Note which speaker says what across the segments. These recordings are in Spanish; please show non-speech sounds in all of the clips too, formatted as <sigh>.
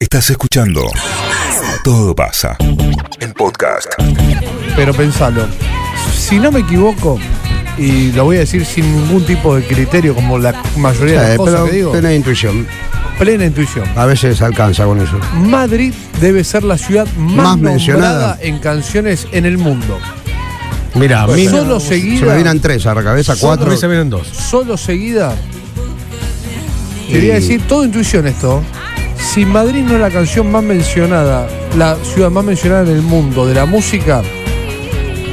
Speaker 1: Estás escuchando Todo pasa. El podcast.
Speaker 2: Pero pensalo, si no me equivoco, y lo voy a decir sin ningún tipo de criterio, como la mayoría de
Speaker 3: Eh,
Speaker 2: las cosas
Speaker 3: pero
Speaker 2: que digo,
Speaker 3: tenés intuición.
Speaker 2: plena intuición.
Speaker 3: A veces alcanza con eso.
Speaker 2: Madrid debe ser la ciudad más,
Speaker 3: Más
Speaker 2: mencionada
Speaker 3: mencionada.
Speaker 2: en canciones en el mundo.
Speaker 4: Mira, a mí
Speaker 2: Solo
Speaker 4: no-
Speaker 3: Se me
Speaker 2: seguida.
Speaker 3: vienen tres a la cabeza,
Speaker 4: cuatro
Speaker 3: cuatro.
Speaker 4: me se vienen dos.
Speaker 2: solo seguida. Quería decir, todo intuición esto. Si Madrid no es la canción más mencionada, la ciudad más mencionada en el mundo de la música,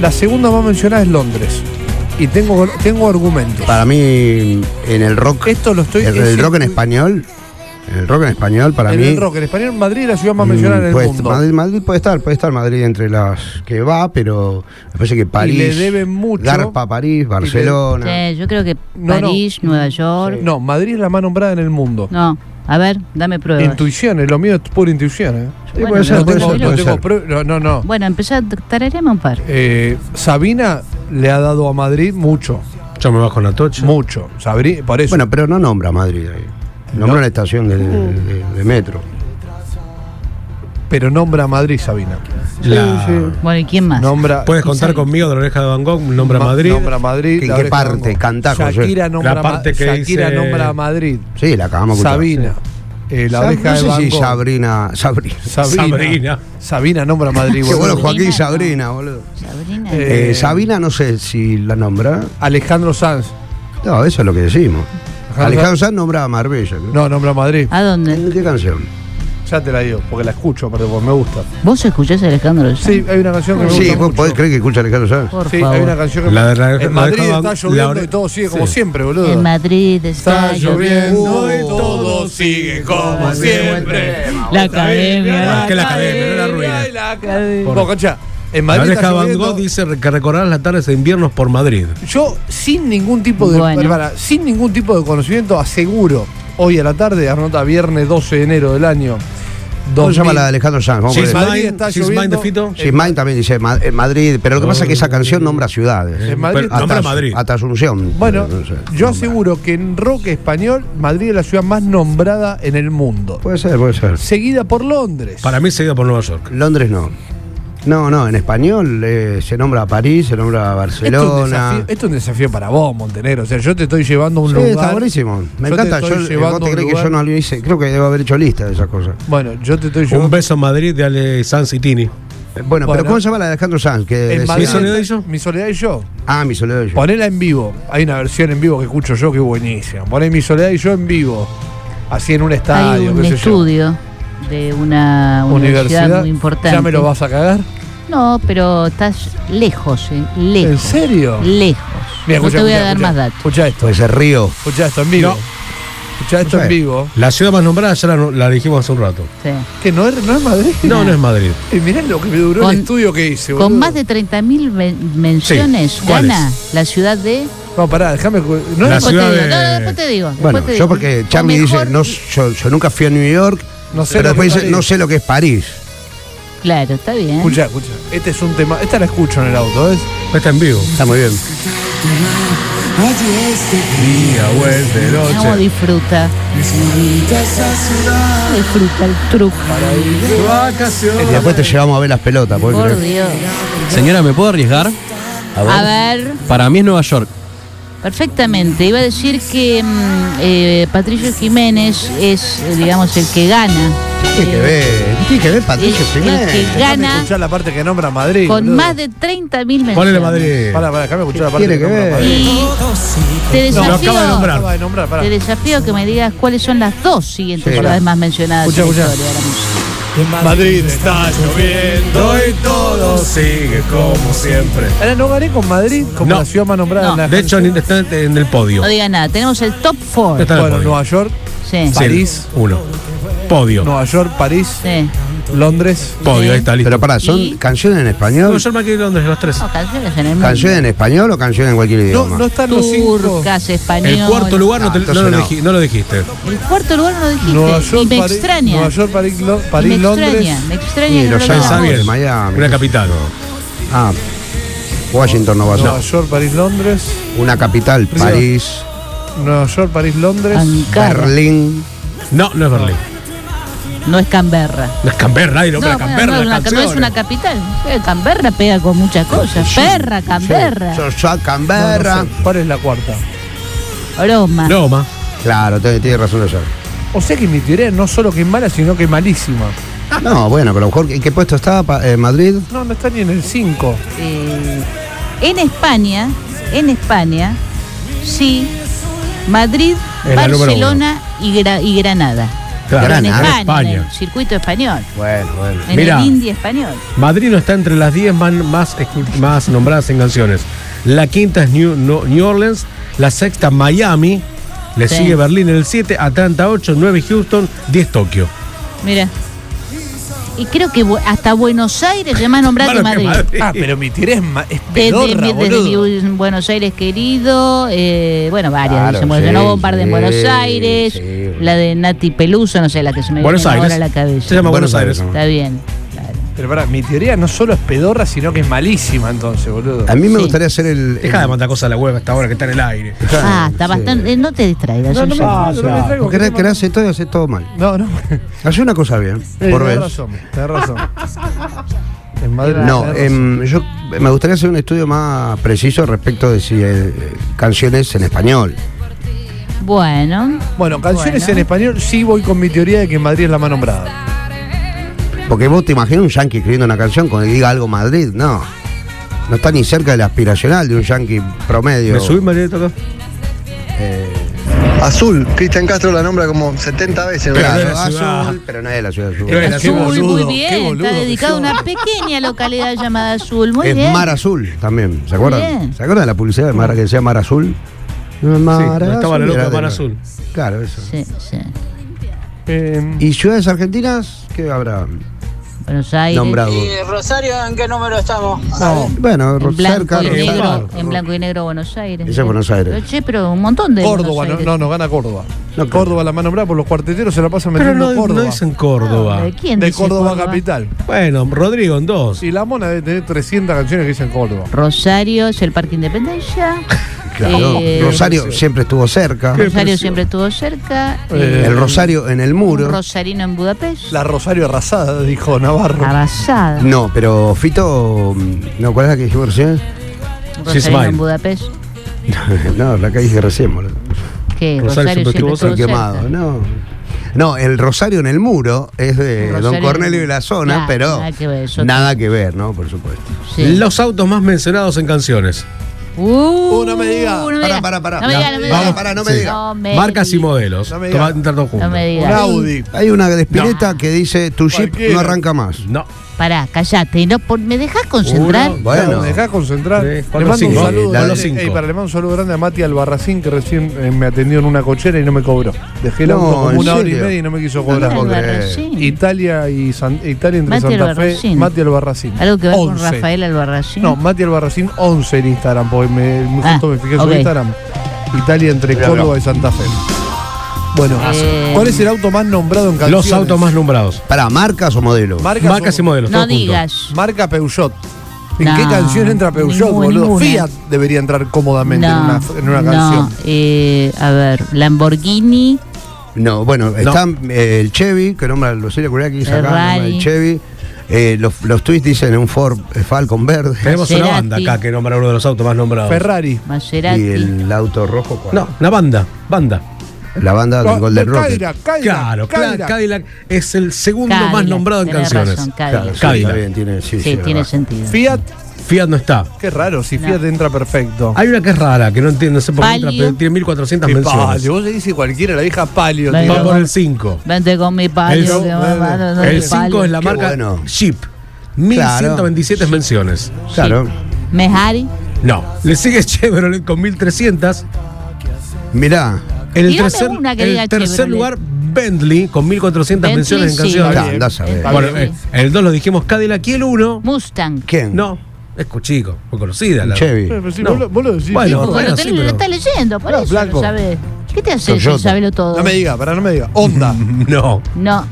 Speaker 2: la segunda más mencionada es Londres. Y tengo, tengo argumentos.
Speaker 3: Para mí, en el rock.
Speaker 2: Esto lo estoy
Speaker 3: el, el
Speaker 2: es-
Speaker 3: rock en español. en El rock en español, para
Speaker 2: en
Speaker 3: mí.
Speaker 2: el rock, en español, Madrid es la ciudad más mencionada en el
Speaker 3: pues,
Speaker 2: mundo.
Speaker 3: Madrid, Madrid puede estar, puede estar Madrid entre las que va, pero me parece que París.
Speaker 2: y le deben mucho.
Speaker 3: Garpa París, Barcelona.
Speaker 5: Sí, yo creo que
Speaker 2: No, no.
Speaker 5: París, Nueva York.
Speaker 2: No, Madrid es la más nombrada en el mundo.
Speaker 5: No, a ver, dame pruebas.
Speaker 2: Intuiciones, lo mío es pura intuición. ¿eh?
Speaker 3: Sí,
Speaker 5: Bueno,
Speaker 3: puede
Speaker 5: no
Speaker 3: ser,
Speaker 2: No
Speaker 3: puede
Speaker 2: tengo,
Speaker 3: ser,
Speaker 2: no,
Speaker 3: puede
Speaker 2: tengo
Speaker 3: ser.
Speaker 2: prue- no, no, no.
Speaker 5: Bueno, empezá, tararemos un par.
Speaker 2: Eh, Sabina le ha dado a Madrid mucho.
Speaker 4: Yo me bajo en la tocha.
Speaker 2: Mucho. Sabri, por eso.
Speaker 3: Bueno, pero no nombra Madrid ahí. Nombra la estación de, de- de metro.
Speaker 2: pero nombra a Madrid, Sabina.
Speaker 3: Ah,
Speaker 4: La-
Speaker 5: Bueno, ¿y quién más?
Speaker 2: Nombra.
Speaker 4: Puedes contar conmigo de la oreja de Van Gogh, nombra
Speaker 2: Ma-
Speaker 4: Madrid.
Speaker 2: Nombra a Madrid.
Speaker 3: ¿En
Speaker 2: la
Speaker 3: qué
Speaker 2: oreja de Van
Speaker 3: parte?
Speaker 2: Gogh.
Speaker 3: Cantá, José.
Speaker 2: Shakira nombra,
Speaker 4: La
Speaker 2: a Ma-
Speaker 4: parte que
Speaker 2: Shakira
Speaker 4: dice-
Speaker 2: nombra a Madrid.
Speaker 3: Sí, la acabamos de escuchar.
Speaker 2: Sabina. eh, la
Speaker 3: Sab-
Speaker 2: oreja
Speaker 3: no sé
Speaker 2: de Van
Speaker 3: si
Speaker 2: Gogh.
Speaker 3: Sabrina. Sabrina.
Speaker 2: Sabina.
Speaker 4: Sabrina.
Speaker 2: Sabina nombra a Madrid.
Speaker 3: <laughs> Qué
Speaker 2: boludo.
Speaker 3: bueno, Joaquín
Speaker 5: no.
Speaker 3: Sabrina, boludo.
Speaker 5: Sabrina.
Speaker 2: Eh,
Speaker 3: Eh, Sabina no sé si la nombra.
Speaker 2: Alejandro Sanz.
Speaker 3: No, eso es lo que decimos.
Speaker 2: Ajá.
Speaker 3: Alejandro Sanz nombra a Marbella. creo.
Speaker 2: No, nombra a Madrid.
Speaker 5: ¿A dónde?
Speaker 3: ¿En qué canción?
Speaker 2: Ya te la digo, porque la escucho, pero porque me gusta.
Speaker 5: ¿Vos escuchás a Alejandro? Sanz?
Speaker 2: Sí, hay una canción que me
Speaker 3: Sí,
Speaker 2: gusta.
Speaker 3: vos
Speaker 2: mucho.
Speaker 3: podés creer que escucha Alejandro Sanz.
Speaker 5: Por
Speaker 2: Sí,
Speaker 5: favor.
Speaker 2: hay una canción que
Speaker 4: La de la-
Speaker 2: En
Speaker 4: la
Speaker 2: Madrid
Speaker 4: oreja
Speaker 2: está
Speaker 4: Van- la
Speaker 2: lloviendo
Speaker 4: ore-
Speaker 2: y todo sigue como
Speaker 4: Sí.
Speaker 2: siempre, boludo.
Speaker 5: En Madrid está,
Speaker 2: todo sigue como siempre.
Speaker 5: La academia.
Speaker 4: Ah, que la academia, no la ruina.
Speaker 2: Vos, concha, en
Speaker 4: La
Speaker 2: Madrid
Speaker 4: oreja
Speaker 2: está
Speaker 4: de Van
Speaker 2: lloviendo.
Speaker 4: Gogh dice que recordarás las tardes de inviernos por Madrid.
Speaker 2: Yo, sin ningún tipo de.
Speaker 5: Bueno.
Speaker 2: Bárbara, sin ningún tipo de conocimiento, aseguro, hoy a la tarde, anota viernes 12 de enero del año.
Speaker 3: ¿Cómo se llama
Speaker 2: 2000.
Speaker 3: la de Alejandro Sanz? Vamos a
Speaker 4: She's
Speaker 3: ver.
Speaker 2: Madrid
Speaker 4: mine,
Speaker 2: está
Speaker 4: she's
Speaker 2: lloviendo.
Speaker 4: mine de Fito.
Speaker 3: Sí, Mine también dice Ma- eh, Madrid, pero lo que pasa es que esa canción nombra ciudades.
Speaker 2: En Madrid
Speaker 4: Pero
Speaker 2: está-
Speaker 4: nombra Madrid.
Speaker 3: Hasta Asunción.
Speaker 2: Bueno,
Speaker 3: No
Speaker 2: yo
Speaker 3: sé, nombra.
Speaker 2: aseguro que en rock español, Madrid es la ciudad más nombrada en el mundo.
Speaker 3: Puede ser, puede ser.
Speaker 2: Seguida por Londres.
Speaker 4: Para mí seguida por Nueva York.
Speaker 3: Londres no. No, no, en español eh, se nombra a París, se nombra a
Speaker 2: Esto es, un desafío,
Speaker 3: Barcelona.
Speaker 2: esto es un desafío para vos, Montenegro. O sea, yo te estoy llevando a un
Speaker 3: Sí,
Speaker 2: lugar.
Speaker 3: está buenísimo. Me
Speaker 2: Yo te
Speaker 3: encanta.
Speaker 2: estoy
Speaker 3: Yo, eh,
Speaker 2: llevando
Speaker 3: ¿Vos te
Speaker 2: a un
Speaker 3: crees que
Speaker 2: lugar-
Speaker 3: yo no lo hice? Creo que debo haber hecho lista de esas cosas.
Speaker 2: Bueno, yo te estoy llevando.
Speaker 4: Un beso en Madrid de Ale Sanz y Tini.
Speaker 3: Eh, Bueno,
Speaker 2: Bueno.
Speaker 3: pero ¿cómo se llama la de Alejandro Sanz? Que
Speaker 2: En
Speaker 3: decía-
Speaker 2: Madrid-
Speaker 4: soledad y yo?
Speaker 2: Mi soledad y yo.
Speaker 3: Ah, mi soledad y yo.
Speaker 2: Ponela en vivo. Hay una versión en vivo que escucho yo que es buenísima. Poné mi soledad y yo en vivo. Así en un
Speaker 5: Hay
Speaker 2: estadio,
Speaker 5: un
Speaker 2: qué sé
Speaker 5: estudio de una
Speaker 2: yo.
Speaker 5: universidad, muy importante.
Speaker 2: ¿Ya me lo vas a cagar?
Speaker 5: No, pero estás lejos, eh, lejos.
Speaker 2: ¿En serio?
Speaker 5: Lejos.
Speaker 2: Mira,
Speaker 5: no
Speaker 2: escuchá,
Speaker 5: te voy
Speaker 2: escuchá,
Speaker 5: a dar
Speaker 2: escuchá.
Speaker 5: más datos.
Speaker 2: Escuchá esto.
Speaker 3: Puede ser Río.
Speaker 2: Escuchá esto en vivo.
Speaker 4: No.
Speaker 2: Escuchá esto
Speaker 3: No sé.
Speaker 2: en vivo.
Speaker 4: La ciudad más nombrada ya la, la dijimos hace un rato.
Speaker 5: Sí.
Speaker 2: Que no es, no es Madrid.
Speaker 4: No, no es Madrid.
Speaker 2: Y mirá lo que me duró
Speaker 5: Con-
Speaker 2: el estudio que hice,
Speaker 5: Con
Speaker 2: boludo.
Speaker 5: más de 30.000 men- menciones
Speaker 4: Sí, ¿cuál
Speaker 5: gana la ciudad de...
Speaker 2: No, pará, déjame. cu- No
Speaker 4: La
Speaker 2: es-
Speaker 5: Después te
Speaker 4: ciudad
Speaker 5: digo,
Speaker 4: de-
Speaker 5: no, no, después te digo. después
Speaker 3: Bueno,
Speaker 5: te
Speaker 3: yo
Speaker 5: digo.
Speaker 3: porque
Speaker 5: O
Speaker 3: Chami dice,
Speaker 5: mejor-
Speaker 3: no, yo, yo nunca fui a New York,
Speaker 2: No sé
Speaker 3: pero
Speaker 2: lo que
Speaker 3: después
Speaker 2: es
Speaker 3: dice,
Speaker 2: París.
Speaker 3: no sé lo que es París.
Speaker 5: Claro, está bien.
Speaker 2: Escucha, escucha. Este es un tema. Esta la escucho en el auto, ¿ves?
Speaker 4: Está en vivo.
Speaker 3: Está muy bien.
Speaker 4: Día, vuelta,
Speaker 5: Vamos, disfruta. Disfruta el truco.
Speaker 3: Y después te llevamos a ver las pelotas. ¿podés
Speaker 5: Por
Speaker 3: creer?
Speaker 5: Dios.
Speaker 6: Señora, ¿me puedo arriesgar?
Speaker 5: A ver,
Speaker 6: Para mí es Nueva York.
Speaker 5: perfectamente. Iba a decir que mm, eh, Patricio Jiménez es, eh, digamos, el que gana.
Speaker 3: Tiene que
Speaker 5: Eh,
Speaker 3: ver, tiene que ver
Speaker 5: es
Speaker 3: Patricio
Speaker 5: el
Speaker 3: Jiménez.
Speaker 5: que gana
Speaker 2: escuchar la parte que nombra Madrid.
Speaker 5: con
Speaker 2: boludo.
Speaker 5: más de 30.000 menciones.
Speaker 4: ¿Cuál es la Madrid?
Speaker 2: Pará, pará, déjame escuchar la parte
Speaker 3: Tiene que
Speaker 2: nombra
Speaker 3: ver.
Speaker 2: Madrid.
Speaker 5: Y te
Speaker 2: No,
Speaker 4: lo
Speaker 5: desafío,
Speaker 4: acaba de nombrar.
Speaker 2: Acaba de nombrar, pará.
Speaker 5: te desafío que me digas cuáles son las dos siguientes
Speaker 3: Sí.
Speaker 5: ciudades más mencionadas
Speaker 2: Escuchá,
Speaker 5: en la
Speaker 2: escuchá.
Speaker 5: historia de la música.
Speaker 2: Madrid está lloviendo.
Speaker 4: Hoy todo sigue como siempre.
Speaker 2: Ahora no gané con Madrid como
Speaker 4: No.
Speaker 2: la ciudad más nombrada
Speaker 5: No.
Speaker 2: en la
Speaker 4: De hecho, ni- está en el podio.
Speaker 5: No diga nada. Tenemos el top 4.
Speaker 4: Está en el
Speaker 2: Bueno,
Speaker 4: podio.
Speaker 2: Nueva York,
Speaker 5: Sí.
Speaker 4: Sí,
Speaker 2: París.
Speaker 4: Uno. Podio.
Speaker 2: Nueva York, París,
Speaker 5: sí.
Speaker 2: Londres.
Speaker 4: Podio, ahí está listo.
Speaker 3: Pero pará, ¿son
Speaker 5: ¿Y?
Speaker 3: canciones en español?
Speaker 4: Nueva York, Madrid, Londres, los tres.
Speaker 5: No, canciones en el mundo.
Speaker 3: ¿Canciones en español o canciones en cualquier
Speaker 2: No,
Speaker 3: idioma?
Speaker 2: no están los cinco.
Speaker 5: Turcas, españolas.
Speaker 4: El cuarto lugar no,
Speaker 3: No,
Speaker 5: Ah,
Speaker 4: te- no
Speaker 3: entonces
Speaker 4: lo,
Speaker 3: no.
Speaker 4: dij- no lo dijiste.
Speaker 5: El cuarto lugar no dijiste.
Speaker 2: Nueva
Speaker 5: y
Speaker 2: York,
Speaker 5: me
Speaker 2: Pari-
Speaker 5: extraña.
Speaker 2: Nueva York, París, Lo-
Speaker 5: Y me
Speaker 2: París, Londres.
Speaker 5: extraña, me
Speaker 3: Y
Speaker 5: extraña que
Speaker 3: los
Speaker 5: no
Speaker 3: Yankees
Speaker 5: lo
Speaker 4: Pensá
Speaker 5: hagamos.
Speaker 3: Miami,
Speaker 4: bien.
Speaker 3: Miami.
Speaker 4: Una capital.
Speaker 3: Ah, Washington no va a ser.
Speaker 2: Nueva York, París, Londres.
Speaker 3: Una capital, París,
Speaker 5: Ah,
Speaker 2: Nueva York, París, Londres.
Speaker 5: Ankara.
Speaker 3: Berlín.
Speaker 4: No, no es Berlín.
Speaker 5: no es Canberra.
Speaker 4: No es Canberra, y lo que era Canberra,
Speaker 5: no,
Speaker 4: las
Speaker 5: una- no es
Speaker 4: canciones.
Speaker 5: una capital. Eh, Canberra pega con muchas cosas. Perra, Canberra,
Speaker 3: Yo soy
Speaker 2: No, no
Speaker 3: Canberra.
Speaker 2: sé. ¿Cuál es la cuarta?
Speaker 5: Broma.
Speaker 4: Loma.
Speaker 3: Claro, te- tiene razón ayer.
Speaker 2: O sea que mi teoría no solo que es mala, sino que malísima.
Speaker 3: No, bueno, pero a lo mejor, ¿en qué puesto estaba pa- eh, Madrid?
Speaker 2: No, no está ni en el 5.
Speaker 5: Eh, en España, en España, sí, Madrid,
Speaker 4: Es la número
Speaker 5: Barcelona y, Gra- y Granada.
Speaker 4: Claro.
Speaker 5: Pero en
Speaker 3: Granada,
Speaker 5: España,
Speaker 4: España.
Speaker 5: en el circuito español,
Speaker 3: Bueno, bueno.
Speaker 5: en
Speaker 4: Mirá.
Speaker 5: el indie español.
Speaker 4: Madrid no está entre las 10 man- más, escu- más nombradas en canciones. La quinta es New, No- New Orleans, la sexta Miami, le
Speaker 5: Sí.
Speaker 4: sigue Berlín en el 7, Atlanta 8, 9 Houston, 10 Tokio.
Speaker 5: Mira. Y creo que bu- hasta Buenos Aires le más nombrado que
Speaker 4: Bueno, que
Speaker 5: Madrid.
Speaker 2: Ah, pero mi teoría es, ma- es
Speaker 5: Desde,
Speaker 2: pedorra,
Speaker 5: mi- desde mi
Speaker 2: boludo.
Speaker 5: Bu- Buenos Aires querido, eh, bueno, varias.
Speaker 3: Claro,
Speaker 5: dicen, bueno,
Speaker 3: sí,
Speaker 5: no bombarden
Speaker 3: sí,
Speaker 5: Buenos Aires,
Speaker 3: sí.
Speaker 5: la de Nati Peluso, no sé, la que se me
Speaker 4: Buenos
Speaker 5: viene
Speaker 4: Aires.
Speaker 5: ahora a la cabeza.
Speaker 4: Se llama Buenos,
Speaker 3: Buenos
Speaker 4: Aires.
Speaker 3: Aires,
Speaker 5: Está bien, claro.
Speaker 2: Pero pará, mi teoría no solo es pedorra, sino que es malísima entonces, boludo.
Speaker 3: A mí me
Speaker 5: Sí.
Speaker 3: gustaría hacer el.
Speaker 4: Deja de
Speaker 3: el-
Speaker 4: mandar cosas a la web hasta ahora que está en el aire.
Speaker 3: Claro,
Speaker 5: Ah, está
Speaker 3: sí.
Speaker 5: bastante. eh, No te distraigas.
Speaker 2: No, no me- no
Speaker 5: Susana.
Speaker 2: me traigo,
Speaker 3: Porque
Speaker 2: que
Speaker 3: querés,
Speaker 2: tengo-
Speaker 3: querés hacer todo y hacer todo mal.
Speaker 2: No, no.
Speaker 3: Hacé una cosa bien,
Speaker 2: Eh, <laughs>
Speaker 3: por
Speaker 2: tenés
Speaker 3: vez.
Speaker 2: razón, tenés razón. En Madrid.
Speaker 3: No,
Speaker 2: tenés razón.
Speaker 3: em, yo me gustaría hacer un estudio más preciso respecto de si eh, canciones en español.
Speaker 5: Bueno,
Speaker 2: Bueno, canciones
Speaker 5: Bueno.
Speaker 2: en español, sí voy con mi teoría de que Madrid es la más nombrada.
Speaker 3: Porque vos te imaginas un yankee escribiendo una canción con que diga algo Madrid, no. No está ni cerca del aspiracional de un yankee promedio.
Speaker 4: ¿Me subís, Madrid, Toto?
Speaker 2: Eh,
Speaker 7: Azul, Cristian Castro la nombra como 70 veces.
Speaker 3: Claro,
Speaker 4: Pero no es la
Speaker 3: azul,
Speaker 4: ciudad.
Speaker 3: pero no es la ciudad azul.
Speaker 4: Pero es la
Speaker 5: Azul,
Speaker 4: qué
Speaker 5: muy
Speaker 2: boludo, qué
Speaker 5: bien.
Speaker 2: boludo
Speaker 5: Está
Speaker 2: que
Speaker 5: dedicado a una pequeña localidad llamada Azul. Muy
Speaker 3: es
Speaker 5: bien.
Speaker 3: Mar Azul también, ¿se acuerdan?
Speaker 5: bien.
Speaker 3: ¿Se acuerdan de la publicidad de Mar que decía Mar Azul?
Speaker 2: Ah,
Speaker 3: Mar
Speaker 4: donde estaba la loca
Speaker 3: era de
Speaker 4: Mar Azul.
Speaker 3: Claro, eso.
Speaker 5: Sí, sí.
Speaker 2: Em,
Speaker 3: ¿Y ciudades argentinas? ¿Qué habrá
Speaker 5: Buenos Aires.
Speaker 3: nombrado? Oh,
Speaker 8: ¿Y Rosario en qué número estamos?
Speaker 2: no,
Speaker 3: Bueno,
Speaker 5: eh, En blanco,
Speaker 3: cerca.
Speaker 5: y
Speaker 4: eh,
Speaker 5: negro,
Speaker 4: claro.
Speaker 5: en blanco y negro Buenos Aires.
Speaker 3: Ese es Buenos Aires.
Speaker 5: Pero, che, pero un montón de.
Speaker 2: Córdoba,
Speaker 5: Buenos
Speaker 2: no,
Speaker 5: Aires.
Speaker 2: no, no gana Córdoba.
Speaker 3: No,
Speaker 2: Córdoba la más nombrada por los cuarteteros se la pasan
Speaker 4: Pero
Speaker 2: metiendo
Speaker 4: no,
Speaker 2: Córdoba.
Speaker 4: no dicen Córdoba.
Speaker 5: Ah, ¿De quién
Speaker 2: de
Speaker 5: dice
Speaker 2: Córdoba, capital.
Speaker 4: Bueno, Rodrigo en dos.
Speaker 2: Y la mona debe tener 300 canciones que dicen Córdoba.
Speaker 5: Rosario es el Parque Independencia.
Speaker 3: <laughs> Claro,
Speaker 5: Eh,
Speaker 3: Rosario siempre estuvo cerca. Eh,
Speaker 5: Rosario siempre estuvo cerca.
Speaker 2: Eh,
Speaker 3: El Rosario en el
Speaker 5: un
Speaker 3: muro.
Speaker 5: Rosarino en Budapest.
Speaker 2: La Rosario arrasada, dijo Navarro.
Speaker 5: Arrasada.
Speaker 3: No, pero Fito, mm, ¿no cuál es la que dijimos recién? <laughs>
Speaker 5: Un
Speaker 4: She's
Speaker 5: Rosarino
Speaker 4: mine.
Speaker 5: en Budapest.
Speaker 3: no, la que dije recién, boludo.
Speaker 5: ¿Qué?
Speaker 4: Rosario
Speaker 5: Rosario,
Speaker 4: siempre
Speaker 5: siempre
Speaker 4: estuvo
Speaker 5: estuvo
Speaker 3: Estoy
Speaker 5: cerca.
Speaker 3: quemado, no. No, el Rosario en el muro es de
Speaker 5: Rosario
Speaker 3: Don
Speaker 5: en-
Speaker 3: Cornelio y la zona,
Speaker 5: Claro,
Speaker 3: pero
Speaker 5: nada que ver, eso-
Speaker 3: nada que ver, ¿no? Por supuesto.
Speaker 5: Sí.
Speaker 4: Los autos más mencionados en canciones.
Speaker 5: Uh,
Speaker 3: no me diga.
Speaker 5: no me
Speaker 3: Pará,
Speaker 5: diga.
Speaker 3: pará, pará.
Speaker 5: No me diga, no me diga.
Speaker 3: Vamos, pará, no me diga.
Speaker 5: No me
Speaker 4: Marcas y
Speaker 5: diga.
Speaker 4: modelos.
Speaker 2: No me
Speaker 4: Toma-
Speaker 2: diga.
Speaker 4: interno junto.
Speaker 5: No me
Speaker 2: Un
Speaker 5: diga.
Speaker 2: Audi.
Speaker 3: Hay una de Spinetta que dice, tu jeep
Speaker 2: Cualquiera.
Speaker 3: no arranca más.
Speaker 4: No.
Speaker 5: Pará, callate. No, por- ¿Me dejas concentrar?
Speaker 4: Uno.
Speaker 3: Bueno,
Speaker 2: Me dejás concentrar.
Speaker 4: Sí,
Speaker 2: le
Speaker 4: cuatro,
Speaker 2: mando
Speaker 4: cinco.
Speaker 2: un saludo.
Speaker 3: Sí, la-
Speaker 2: grande-
Speaker 4: los cinco.
Speaker 2: Ey, para, le mando un saludo grande a Mati Albarracín, que recién eh, me atendió en una cochera y no me cobró. Dejé el
Speaker 3: No,
Speaker 2: auto como
Speaker 3: ¿en
Speaker 2: una hora y
Speaker 3: serio?
Speaker 2: media y no me quiso
Speaker 3: No,
Speaker 2: cobrar.
Speaker 3: no puedo creer.
Speaker 5: Albarracín.
Speaker 2: Italia y San- Italia entre
Speaker 5: Mati
Speaker 2: Santa Fe,
Speaker 5: Albarracín.
Speaker 2: Mati Albarracín.
Speaker 5: Algo que ver con
Speaker 2: 11.
Speaker 5: Rafael Albarracín.
Speaker 2: No, Mati Albarracín 11 en Instagram, porque me, me-
Speaker 5: ¿Eh? Ah,
Speaker 2: justo me fijé en
Speaker 5: ok.
Speaker 2: su Instagram. Italia entre Córdoba y Santa Fe. Bueno,
Speaker 5: Eh.
Speaker 2: ¿cuál es el auto más nombrado en canciones?
Speaker 4: Los autos más nombrados.
Speaker 3: ¿Para marcas o modelos?
Speaker 2: Marcas,
Speaker 4: Marcas y modelos.
Speaker 5: No
Speaker 4: todo junto.
Speaker 5: digas.
Speaker 2: Marca Peugeot. ¿En
Speaker 5: No,
Speaker 2: qué canción entra Peugeot,
Speaker 5: ninguna,
Speaker 2: boludo?
Speaker 5: ninguna.
Speaker 2: Fiat debería entrar cómodamente en una, en una
Speaker 5: no,
Speaker 2: canción.
Speaker 5: eh, a ver, Lamborghini,
Speaker 3: No, bueno, están eh, el Chevy, que nombra el Rosario Curiakis acá,
Speaker 5: Ferrari.
Speaker 3: nombra el Chevy. Eh, los, los tweets dicen un Ford eh, Falcon verde.
Speaker 4: Tenemos una
Speaker 5: Maserati.
Speaker 4: banda acá que nombra uno de los autos más nombrados.
Speaker 2: Ferrari.
Speaker 5: Maserati.
Speaker 3: Y el auto rojo, ¿cuál?
Speaker 4: No, una banda. Banda.
Speaker 3: La banda del
Speaker 2: No,
Speaker 3: Golden Rock.
Speaker 2: Cadillac, Cadillac,
Speaker 4: Claro, Cadillac.
Speaker 2: Cadillac.
Speaker 4: es el segundo
Speaker 5: Cadillac,
Speaker 4: más nombrado en
Speaker 5: tenés
Speaker 4: canciones.
Speaker 5: razón, Cadillac.
Speaker 3: sí,
Speaker 4: Cadillac.
Speaker 3: está bien, tiene, sí,
Speaker 5: sí,
Speaker 3: sí, es
Speaker 5: tiene
Speaker 3: verdad.
Speaker 5: sentido.
Speaker 2: Fiat,
Speaker 4: Fiat no está.
Speaker 2: qué raro, si
Speaker 5: No.
Speaker 2: Fiat entra perfecto.
Speaker 4: Hay una que es rara, que no entiendo, no sé por qué entra,
Speaker 5: Palio.
Speaker 4: pero tiene 1400
Speaker 2: Qué
Speaker 4: menciones.
Speaker 2: palio, vos le dices cualquiera, la vieja palio.
Speaker 5: Venga,
Speaker 4: Va
Speaker 2: tío.
Speaker 4: por el 5.
Speaker 5: Vente con mi
Speaker 4: El-
Speaker 5: palio. que me va a dar un
Speaker 4: El 5
Speaker 5: palio.
Speaker 4: es la
Speaker 3: Qué
Speaker 4: marca
Speaker 3: bueno.
Speaker 4: Jeep. 1127 menciones.
Speaker 3: Claro.
Speaker 5: Mehari.
Speaker 4: No, le sigue <laughs> Chevrolet con 1300.
Speaker 3: Mirá,
Speaker 4: En el
Speaker 5: Dígame
Speaker 4: tercer,
Speaker 5: una que
Speaker 4: el
Speaker 5: diga
Speaker 4: tercer
Speaker 5: Chevrolet.
Speaker 4: lugar, Bentley con 1400
Speaker 5: Bentley,
Speaker 4: menciones en
Speaker 5: sí.
Speaker 4: canciones.
Speaker 3: Claro, andás a ver.
Speaker 5: Está
Speaker 4: Bueno,
Speaker 5: bien.
Speaker 4: eh, el 2 lo dijimos Cadillac y el 1.
Speaker 5: Mustang.
Speaker 3: ¿quién?
Speaker 4: No, es chico, muy conocida. La
Speaker 3: Chevy.
Speaker 2: Eh, Pero si
Speaker 4: No.
Speaker 2: vos lo- vos lo decís.
Speaker 4: Bueno,
Speaker 5: Bueno,
Speaker 4: bueno,
Speaker 5: te-
Speaker 4: sí,
Speaker 5: lo
Speaker 4: pero-
Speaker 5: está leyendo, por
Speaker 2: No,
Speaker 5: eso
Speaker 2: Blanco.
Speaker 5: lo sabes. ¿Qué te hace
Speaker 3: Toyota.
Speaker 5: sin saberlo todo?
Speaker 2: No me diga, pará, no me diga. Honda.
Speaker 4: <laughs> No,
Speaker 5: No.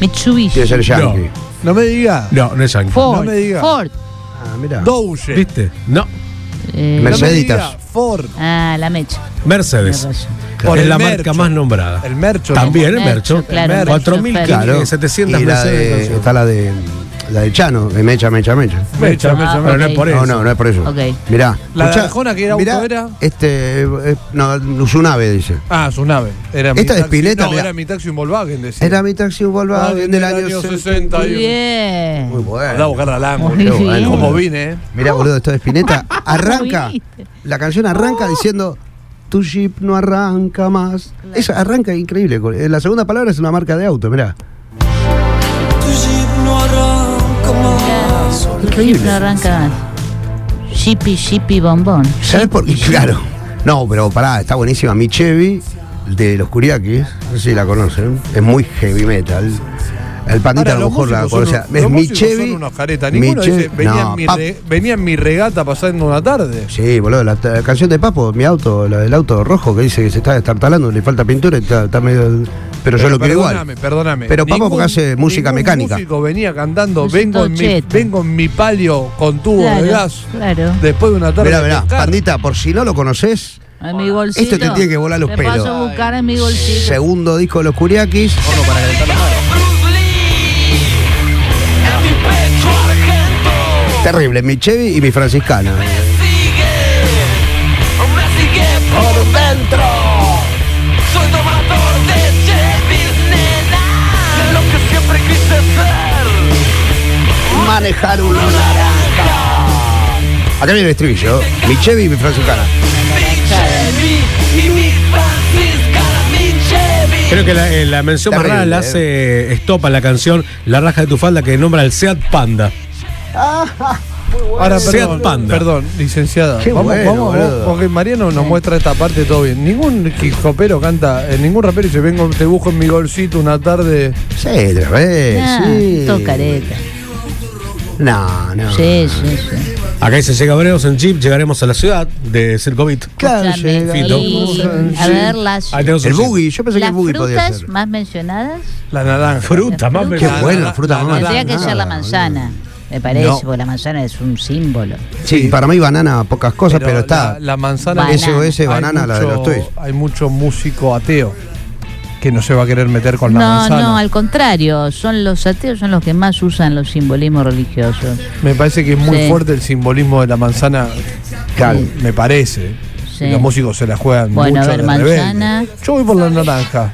Speaker 5: Mitsubishi.
Speaker 3: Debe ser Yankee.
Speaker 2: No me diga.
Speaker 4: no, no es Yankee.
Speaker 5: Ford.
Speaker 2: No me diga.
Speaker 5: Ford.
Speaker 3: Ah, mirá.
Speaker 2: Douche.
Speaker 4: ¿Viste? No,
Speaker 5: Eh,
Speaker 2: No me
Speaker 3: Merceditas.
Speaker 2: diga, Ford.
Speaker 5: ah, la mecha.
Speaker 4: Mercedes.
Speaker 5: Tenés razón.
Speaker 2: marca. Por
Speaker 4: es
Speaker 2: el
Speaker 4: la
Speaker 2: Mercho.
Speaker 4: marca más nombrada.
Speaker 2: El Mercho.
Speaker 4: También el
Speaker 5: El
Speaker 4: Mercho.
Speaker 5: Mercho, claro, el
Speaker 4: 4.000,
Speaker 5: Mercho,
Speaker 3: Claro.
Speaker 4: 700
Speaker 3: Y la
Speaker 4: Mercedes
Speaker 3: de-
Speaker 4: de canción.
Speaker 3: está la de la de Chano, de Mecha, Mecha, Mecha.
Speaker 4: Mercho,
Speaker 2: Ah,
Speaker 4: Mercho, Mercho. Pero no es por eso.
Speaker 3: No, no, no es por eso.
Speaker 5: Ok.
Speaker 3: Mirá.
Speaker 2: La de
Speaker 3: escuchá,
Speaker 2: Arjona, que era auto,
Speaker 3: mirá,
Speaker 2: era-
Speaker 3: Este, eh, no, Luzunave dice.
Speaker 2: Ah, su nave. Era
Speaker 3: Esta
Speaker 2: mi taxi-
Speaker 3: despileta,
Speaker 2: No,
Speaker 3: mirá.
Speaker 2: era mi taxi un Volkswagen, decía. Ah,
Speaker 3: Era mi taxi Volkswagen del año 60.
Speaker 2: 61.
Speaker 5: Muy bien.
Speaker 3: Muy
Speaker 2: Andá a
Speaker 3: bueno.
Speaker 2: buscar al
Speaker 5: Muy
Speaker 2: ángulo.
Speaker 5: bien.
Speaker 2: Como vine, eh.
Speaker 3: Mirá, boludo, esto de Spinetta. Arranca.
Speaker 5: viniste?
Speaker 3: La canción arranca diciendo. Tu jeep no arranca más. Eso arranca increíble. Eh, La segunda palabra es una marca de auto, mirá.
Speaker 5: Increíble. No arranca más. Shippy, shippy, bombón.
Speaker 3: ¿Sabes por qué? Claro. No, pero pará, está buenísima. Mi Chevy de los Curiaquis, no sé si la conocen, es muy heavy metal. El pandita
Speaker 2: Ahora,
Speaker 3: a lo
Speaker 2: los
Speaker 3: mejor la
Speaker 2: músicos son
Speaker 3: conoce. O sea,
Speaker 2: un-
Speaker 3: es
Speaker 2: los
Speaker 3: mi
Speaker 2: músicos
Speaker 3: Chevy.
Speaker 2: Son unos caretas.
Speaker 3: mi
Speaker 2: Ninguno dice,
Speaker 3: Chevy-
Speaker 2: venía,
Speaker 3: no,
Speaker 2: en mi
Speaker 3: Pap-
Speaker 2: re- venía en mi regata pasando una tarde.
Speaker 3: Sí, boludo, la, la canción de Papo, mi auto, la del auto rojo que dice que se está destartalando, le falta pintura, y está, está medio. Pero yo lo quiero
Speaker 2: perdóname,
Speaker 3: igual.
Speaker 2: Perdóname.
Speaker 3: Pero Papo porque hace música
Speaker 2: ningún
Speaker 3: mecánica.
Speaker 2: músico venía cantando,
Speaker 5: Es un
Speaker 2: vengo en, mi,
Speaker 5: tocheto.
Speaker 2: vengo en mi palio con
Speaker 3: Uh,
Speaker 2: tubo
Speaker 5: Claro,
Speaker 2: de gas.
Speaker 5: claro.
Speaker 2: Después de una tarde.
Speaker 3: Mirá,
Speaker 2: de
Speaker 3: mirá,
Speaker 2: pescar.
Speaker 3: pandita, por si no lo conoces,
Speaker 5: En mi bolsito.
Speaker 3: Esto te tiene que volar los
Speaker 5: Te
Speaker 3: pelos.
Speaker 5: paso a buscar en mi bolsito.
Speaker 3: segundo disco de los Curiaquis. Terrible, mi Chevy y mi franciscana. Manejar un naranja. Acá viene el estribillo. Mi Chevy y mi franciscana.
Speaker 4: Creo que la, eh, la mención más
Speaker 3: Terrible,
Speaker 4: rara la hace Estopa, la canción La raja de tu falda que nombra al Seat Panda.
Speaker 2: Ahora,
Speaker 4: Seat
Speaker 2: perdón,
Speaker 4: Panda.
Speaker 2: perdón, licenciada.
Speaker 3: Qué
Speaker 2: vamos,
Speaker 3: bueno,
Speaker 2: vamos, vamos,
Speaker 3: boludo.
Speaker 2: porque Mariano nos muestra esta parte todo bien. Ningún hipopero canta, eh, ningún rapero dice, vengo, te busco en mi golcito una tarde.
Speaker 3: Sí, tres veces.
Speaker 5: Ah,
Speaker 3: sí.
Speaker 5: todo careta.
Speaker 3: No, no.
Speaker 5: Sí, sí, sí.
Speaker 4: Acá dice, llegaremos en Jeep, llegaremos a la ciudad de Circovit.
Speaker 3: Claro,
Speaker 5: Escuchame,
Speaker 3: llega.
Speaker 5: Fito.
Speaker 3: Sí.
Speaker 5: A ver, las,
Speaker 4: Ahí tenemos
Speaker 3: El
Speaker 4: un Jeep.
Speaker 3: buggy, yo pensé que
Speaker 5: las
Speaker 3: el buggy podía
Speaker 5: frutas
Speaker 3: ser.
Speaker 5: más mencionadas.
Speaker 2: La naranja.
Speaker 4: Fruta, más
Speaker 5: Qué
Speaker 3: Qué
Speaker 4: me-
Speaker 3: bueno, fruta
Speaker 2: la-
Speaker 3: mamá.
Speaker 5: Tendría que ser la manzana, me parece,
Speaker 3: No.
Speaker 5: porque la manzana es un símbolo.
Speaker 3: Sí, para mí banana, pocas cosas, pero, está.
Speaker 2: La, la manzana.
Speaker 5: Banana.
Speaker 3: SOS, banana, la de los
Speaker 2: mucho-
Speaker 3: tuyos.
Speaker 2: Hay mucho músico ateo que no se va a querer meter con la
Speaker 5: No,
Speaker 2: manzana.
Speaker 5: no, al contrario, son los ateos son los que más usan los simbolismos religiosos.
Speaker 2: Me parece que es muy
Speaker 5: Sí.
Speaker 2: fuerte el simbolismo de la manzana.
Speaker 3: Claro.
Speaker 2: Me parece.
Speaker 5: Sí.
Speaker 2: Los músicos se la juegan
Speaker 5: Bueno,
Speaker 2: mucho
Speaker 5: a ver,
Speaker 2: de
Speaker 5: manzana.
Speaker 2: rebelde. Yo voy por la naranja.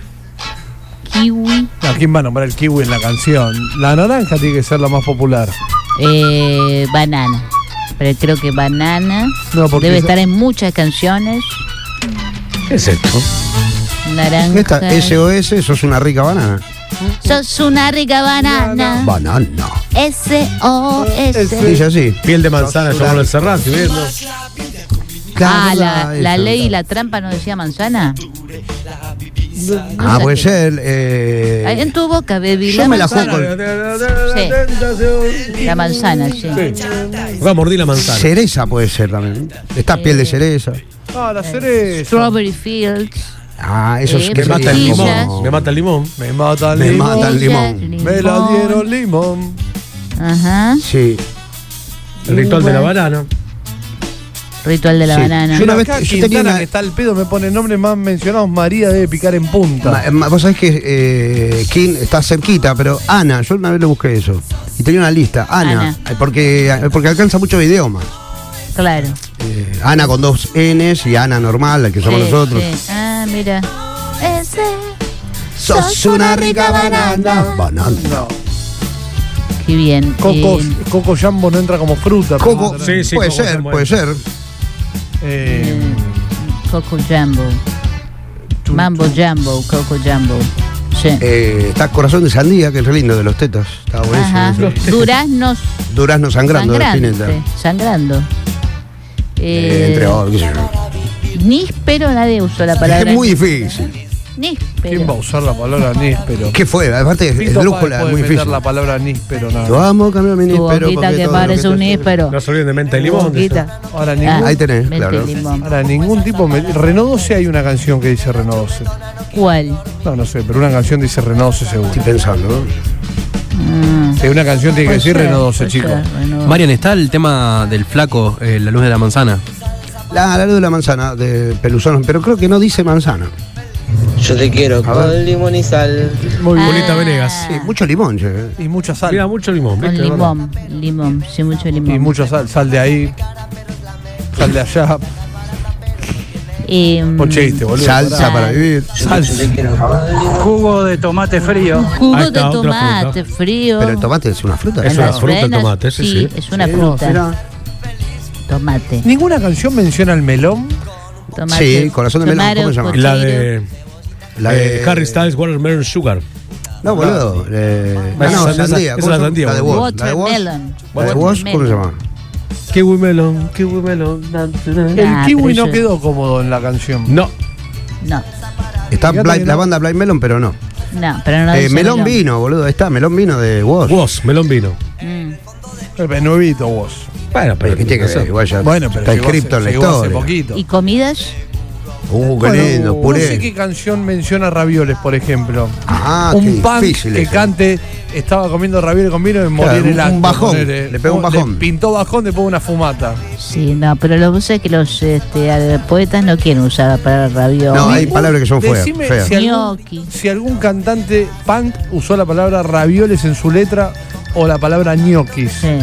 Speaker 5: Kiwi,
Speaker 2: ¿A quién va a nombrar el kiwi en la canción? La naranja tiene que ser la más popular.
Speaker 5: eh, banana. Pero creo que banana
Speaker 2: No, porque
Speaker 5: debe
Speaker 2: esa-
Speaker 5: estar en muchas canciones.
Speaker 4: ¿Qué es esto?
Speaker 5: Naranja.
Speaker 3: Esta SOS, sos una rica banana.
Speaker 5: Sos una rica banana.
Speaker 3: Banana.
Speaker 5: S-O-S.
Speaker 3: Dice así.
Speaker 4: Piel de manzana, yo hablo el Serrat, si ves, ¿no?
Speaker 5: Ah, la,
Speaker 3: Claro,
Speaker 5: la
Speaker 3: eso,
Speaker 5: ley y
Speaker 3: claro.
Speaker 5: la trampa no decía manzana.
Speaker 3: Ah,
Speaker 5: sé
Speaker 3: puede
Speaker 5: qué.
Speaker 3: ser. eh,
Speaker 5: Ay, En tu boca, baby.
Speaker 3: yo me la juego
Speaker 5: manzana.
Speaker 3: con
Speaker 5: Sí, la manzana, sí.
Speaker 4: Va a morder la manzana.
Speaker 3: cereza, puede ser también. Está
Speaker 5: Eh.
Speaker 3: piel de cereza.
Speaker 2: Ah, la cereza.
Speaker 5: Strawberry Fields.
Speaker 3: Ah, eso es
Speaker 5: Eh,
Speaker 4: Me mata el
Speaker 5: Frutillas.
Speaker 4: limón. Me mata el limón.
Speaker 2: Me mata el
Speaker 3: Me
Speaker 2: limón.
Speaker 3: mata Ah, el
Speaker 5: Ella,
Speaker 3: limón.
Speaker 2: Me la dieron limón.
Speaker 5: Ajá.
Speaker 3: Sí.
Speaker 4: El ritual de la banana.
Speaker 5: Ritual de la
Speaker 3: Sí.
Speaker 5: banana.
Speaker 3: Yo una vez-
Speaker 2: Acá
Speaker 3: yo
Speaker 2: Quintana,
Speaker 3: tenía una-
Speaker 2: que está al pedo, me pone nombres más mencionados. María debe picar en punta.
Speaker 3: Ma- ma- Vos sabés que eh, King está cerquita, pero Ana, yo una vez le busqué eso. Y tenía una lista, Ana,
Speaker 5: Ana.
Speaker 3: eh, porque, eh, porque alcanza muchos idiomas.
Speaker 5: Claro.
Speaker 3: Eh, Ana con dos Ns y Ana normal, la que somos
Speaker 5: Sí,
Speaker 3: nosotros.
Speaker 5: sí. Ah, mira. Ese.
Speaker 3: Sos una rica banana. Banana.
Speaker 5: Qué bien.
Speaker 2: Coco,
Speaker 5: Eh,
Speaker 2: Coco Jambo no entra como fruta.
Speaker 3: Coco,
Speaker 2: pero-
Speaker 4: Sí, sí,
Speaker 3: puede
Speaker 4: Coco
Speaker 3: ser,
Speaker 4: Samuel.
Speaker 3: puede ser.
Speaker 2: Eh,
Speaker 5: Coco Jumbo. Mambo Jumbo, Coco Jumbo. Sí.
Speaker 3: Eh, está Corazón de Sandía, que es re lindo de los tetas. Está buenísimo.
Speaker 5: Ajá.
Speaker 3: eso.
Speaker 5: Duraznos
Speaker 3: Durazno sangrando, de
Speaker 5: sangrante.
Speaker 3: Spinetta.
Speaker 5: Sangrando.
Speaker 3: Eh,
Speaker 5: Eh,
Speaker 3: entre otros, qué sé yo.
Speaker 5: níspero, nadie usó la palabra.
Speaker 3: Es muy difícil.
Speaker 5: Níspero.
Speaker 2: ¿Quién va a usar la palabra níspero?
Speaker 3: ¿Qué fue? Aparte, es
Speaker 2: Fito Páez
Speaker 3: lúcula, es
Speaker 2: puede
Speaker 3: muy
Speaker 2: meter
Speaker 3: difícil.
Speaker 2: la palabra níspero nada. más.
Speaker 3: Vamos a cambiar mi
Speaker 5: Tu
Speaker 3: níspero.
Speaker 5: boquita
Speaker 3: porque
Speaker 5: que
Speaker 3: todo lo
Speaker 5: parece
Speaker 3: te-
Speaker 5: un níspero.
Speaker 4: No se olviden de menta y limón. de eso.
Speaker 5: Boquita.
Speaker 2: Ahora ningún,
Speaker 3: Ahí tenés,
Speaker 5: vente
Speaker 3: claro.
Speaker 5: limón.
Speaker 2: ahora ningún tipo. me- Renaud 12 hay una canción que dice Renaud 12.
Speaker 5: ¿Cuál?
Speaker 2: No, no sé, pero una canción dice Renaud 12 seguro.
Speaker 3: Estoy pensando.
Speaker 5: Mm,
Speaker 2: Sí, una canción tiene que
Speaker 5: puede
Speaker 2: decir
Speaker 5: ser,
Speaker 2: Renaud 12,
Speaker 5: puede
Speaker 2: chicos.
Speaker 5: ser, Renaud.
Speaker 6: Marian, está el tema del flaco, eh, la luz de la manzana.
Speaker 3: La, la luz de la manzana de Peluzón, pero creo que no dice manzana.
Speaker 9: Yo te quiero
Speaker 3: A ver.
Speaker 9: con limón y sal.
Speaker 2: Muy
Speaker 5: Ah.
Speaker 2: bien.
Speaker 4: Julieta Venegas.
Speaker 3: Sí, mucho limón, che. eh.
Speaker 2: Y mucha sal.
Speaker 4: Mira, mucho limón.
Speaker 5: Con
Speaker 4: ¿viste?
Speaker 5: limón, limón, sí, mucho limón.
Speaker 2: y mucha sal. Sal de ahí. Sal de allá.
Speaker 5: Eh,
Speaker 2: Ponche este, boludo.
Speaker 3: Salsa
Speaker 5: pará.
Speaker 3: para vivir.
Speaker 2: Sal.
Speaker 3: ah.
Speaker 8: Jugo de tomate frío.
Speaker 4: Ahí
Speaker 5: Jugo de
Speaker 4: está, otra
Speaker 5: tomate frío.
Speaker 3: Pero el tomate es una fruta.
Speaker 4: Es
Speaker 5: Con
Speaker 4: una
Speaker 5: las
Speaker 4: fruta el
Speaker 5: venas,
Speaker 4: tomate, sí, sí.
Speaker 5: es una
Speaker 3: Sí,
Speaker 5: fruta.
Speaker 3: mira.
Speaker 5: Tomate.
Speaker 2: Ninguna canción menciona el melón.
Speaker 5: tomate.
Speaker 3: Sí, corazón de melón,
Speaker 5: Tomate,
Speaker 3: ¿cómo se llama?
Speaker 4: La
Speaker 5: cochero.
Speaker 4: de,
Speaker 3: La
Speaker 4: eh, Harry Styles, Watermelon Sugar.
Speaker 3: No, boludo.
Speaker 2: Ah.
Speaker 3: eh,
Speaker 4: Esa
Speaker 3: no,
Speaker 4: es la-
Speaker 3: sandía.
Speaker 4: esa
Speaker 3: ¿cómo
Speaker 4: es
Speaker 3: se
Speaker 4: la
Speaker 3: llama?
Speaker 4: sandía,
Speaker 3: La de
Speaker 4: boludo.
Speaker 3: Woz. La de Woz.
Speaker 5: Watermelon.
Speaker 3: La de Woz, ¿cómo se llama?
Speaker 4: Kiwi melon, kiwi melon. na, na, na.
Speaker 2: El
Speaker 5: Ah,
Speaker 2: kiwi
Speaker 5: pero
Speaker 2: no
Speaker 5: yo-
Speaker 2: quedó cómodo en la canción.
Speaker 4: No,
Speaker 5: No,
Speaker 3: Está
Speaker 2: Fíjate
Speaker 3: Blind-
Speaker 2: que no.
Speaker 3: la banda Blind Melon, pero no.
Speaker 5: no, pero no
Speaker 3: Eh,
Speaker 5: dice
Speaker 3: melón vino, boludo. Ahí está, melón vino de Woz.
Speaker 4: vos, melón vino.
Speaker 5: Mm.
Speaker 2: El nuevito vos.
Speaker 4: Bueno,
Speaker 3: Pero Eh, que tiene que ver, igual ya
Speaker 2: Bueno, pero
Speaker 3: está
Speaker 2: llegó
Speaker 3: inscripto en
Speaker 2: hace-
Speaker 3: la
Speaker 2: llegó hace
Speaker 3: historia.
Speaker 2: poquito.
Speaker 5: ¿Y comidas?
Speaker 3: Uh, qué
Speaker 2: Bueno,
Speaker 3: lindo, puré.
Speaker 2: No sé qué canción menciona ravioles, por ejemplo.
Speaker 3: Ah, qué
Speaker 2: un pan
Speaker 3: difícil
Speaker 2: que
Speaker 3: eso.
Speaker 2: cante estaba comiendo ravioles con vino y morir
Speaker 3: Claro,
Speaker 2: en el
Speaker 3: un-
Speaker 2: acto.
Speaker 3: un bajón,
Speaker 2: ponele.
Speaker 3: le pegó un bajón.
Speaker 2: Le pintó bajón, después una fumata.
Speaker 5: Sí, no, pero lo que pasa es que los este, a- poetas no quieren usar la palabra ravioli.
Speaker 3: No, hay palabras que son feas.
Speaker 2: Decime
Speaker 3: feas.
Speaker 2: si algún,
Speaker 5: Gnocchi.
Speaker 2: si algún cantante punk usó la palabra ravioles en su letra o la palabra ñoquis.
Speaker 5: Sí.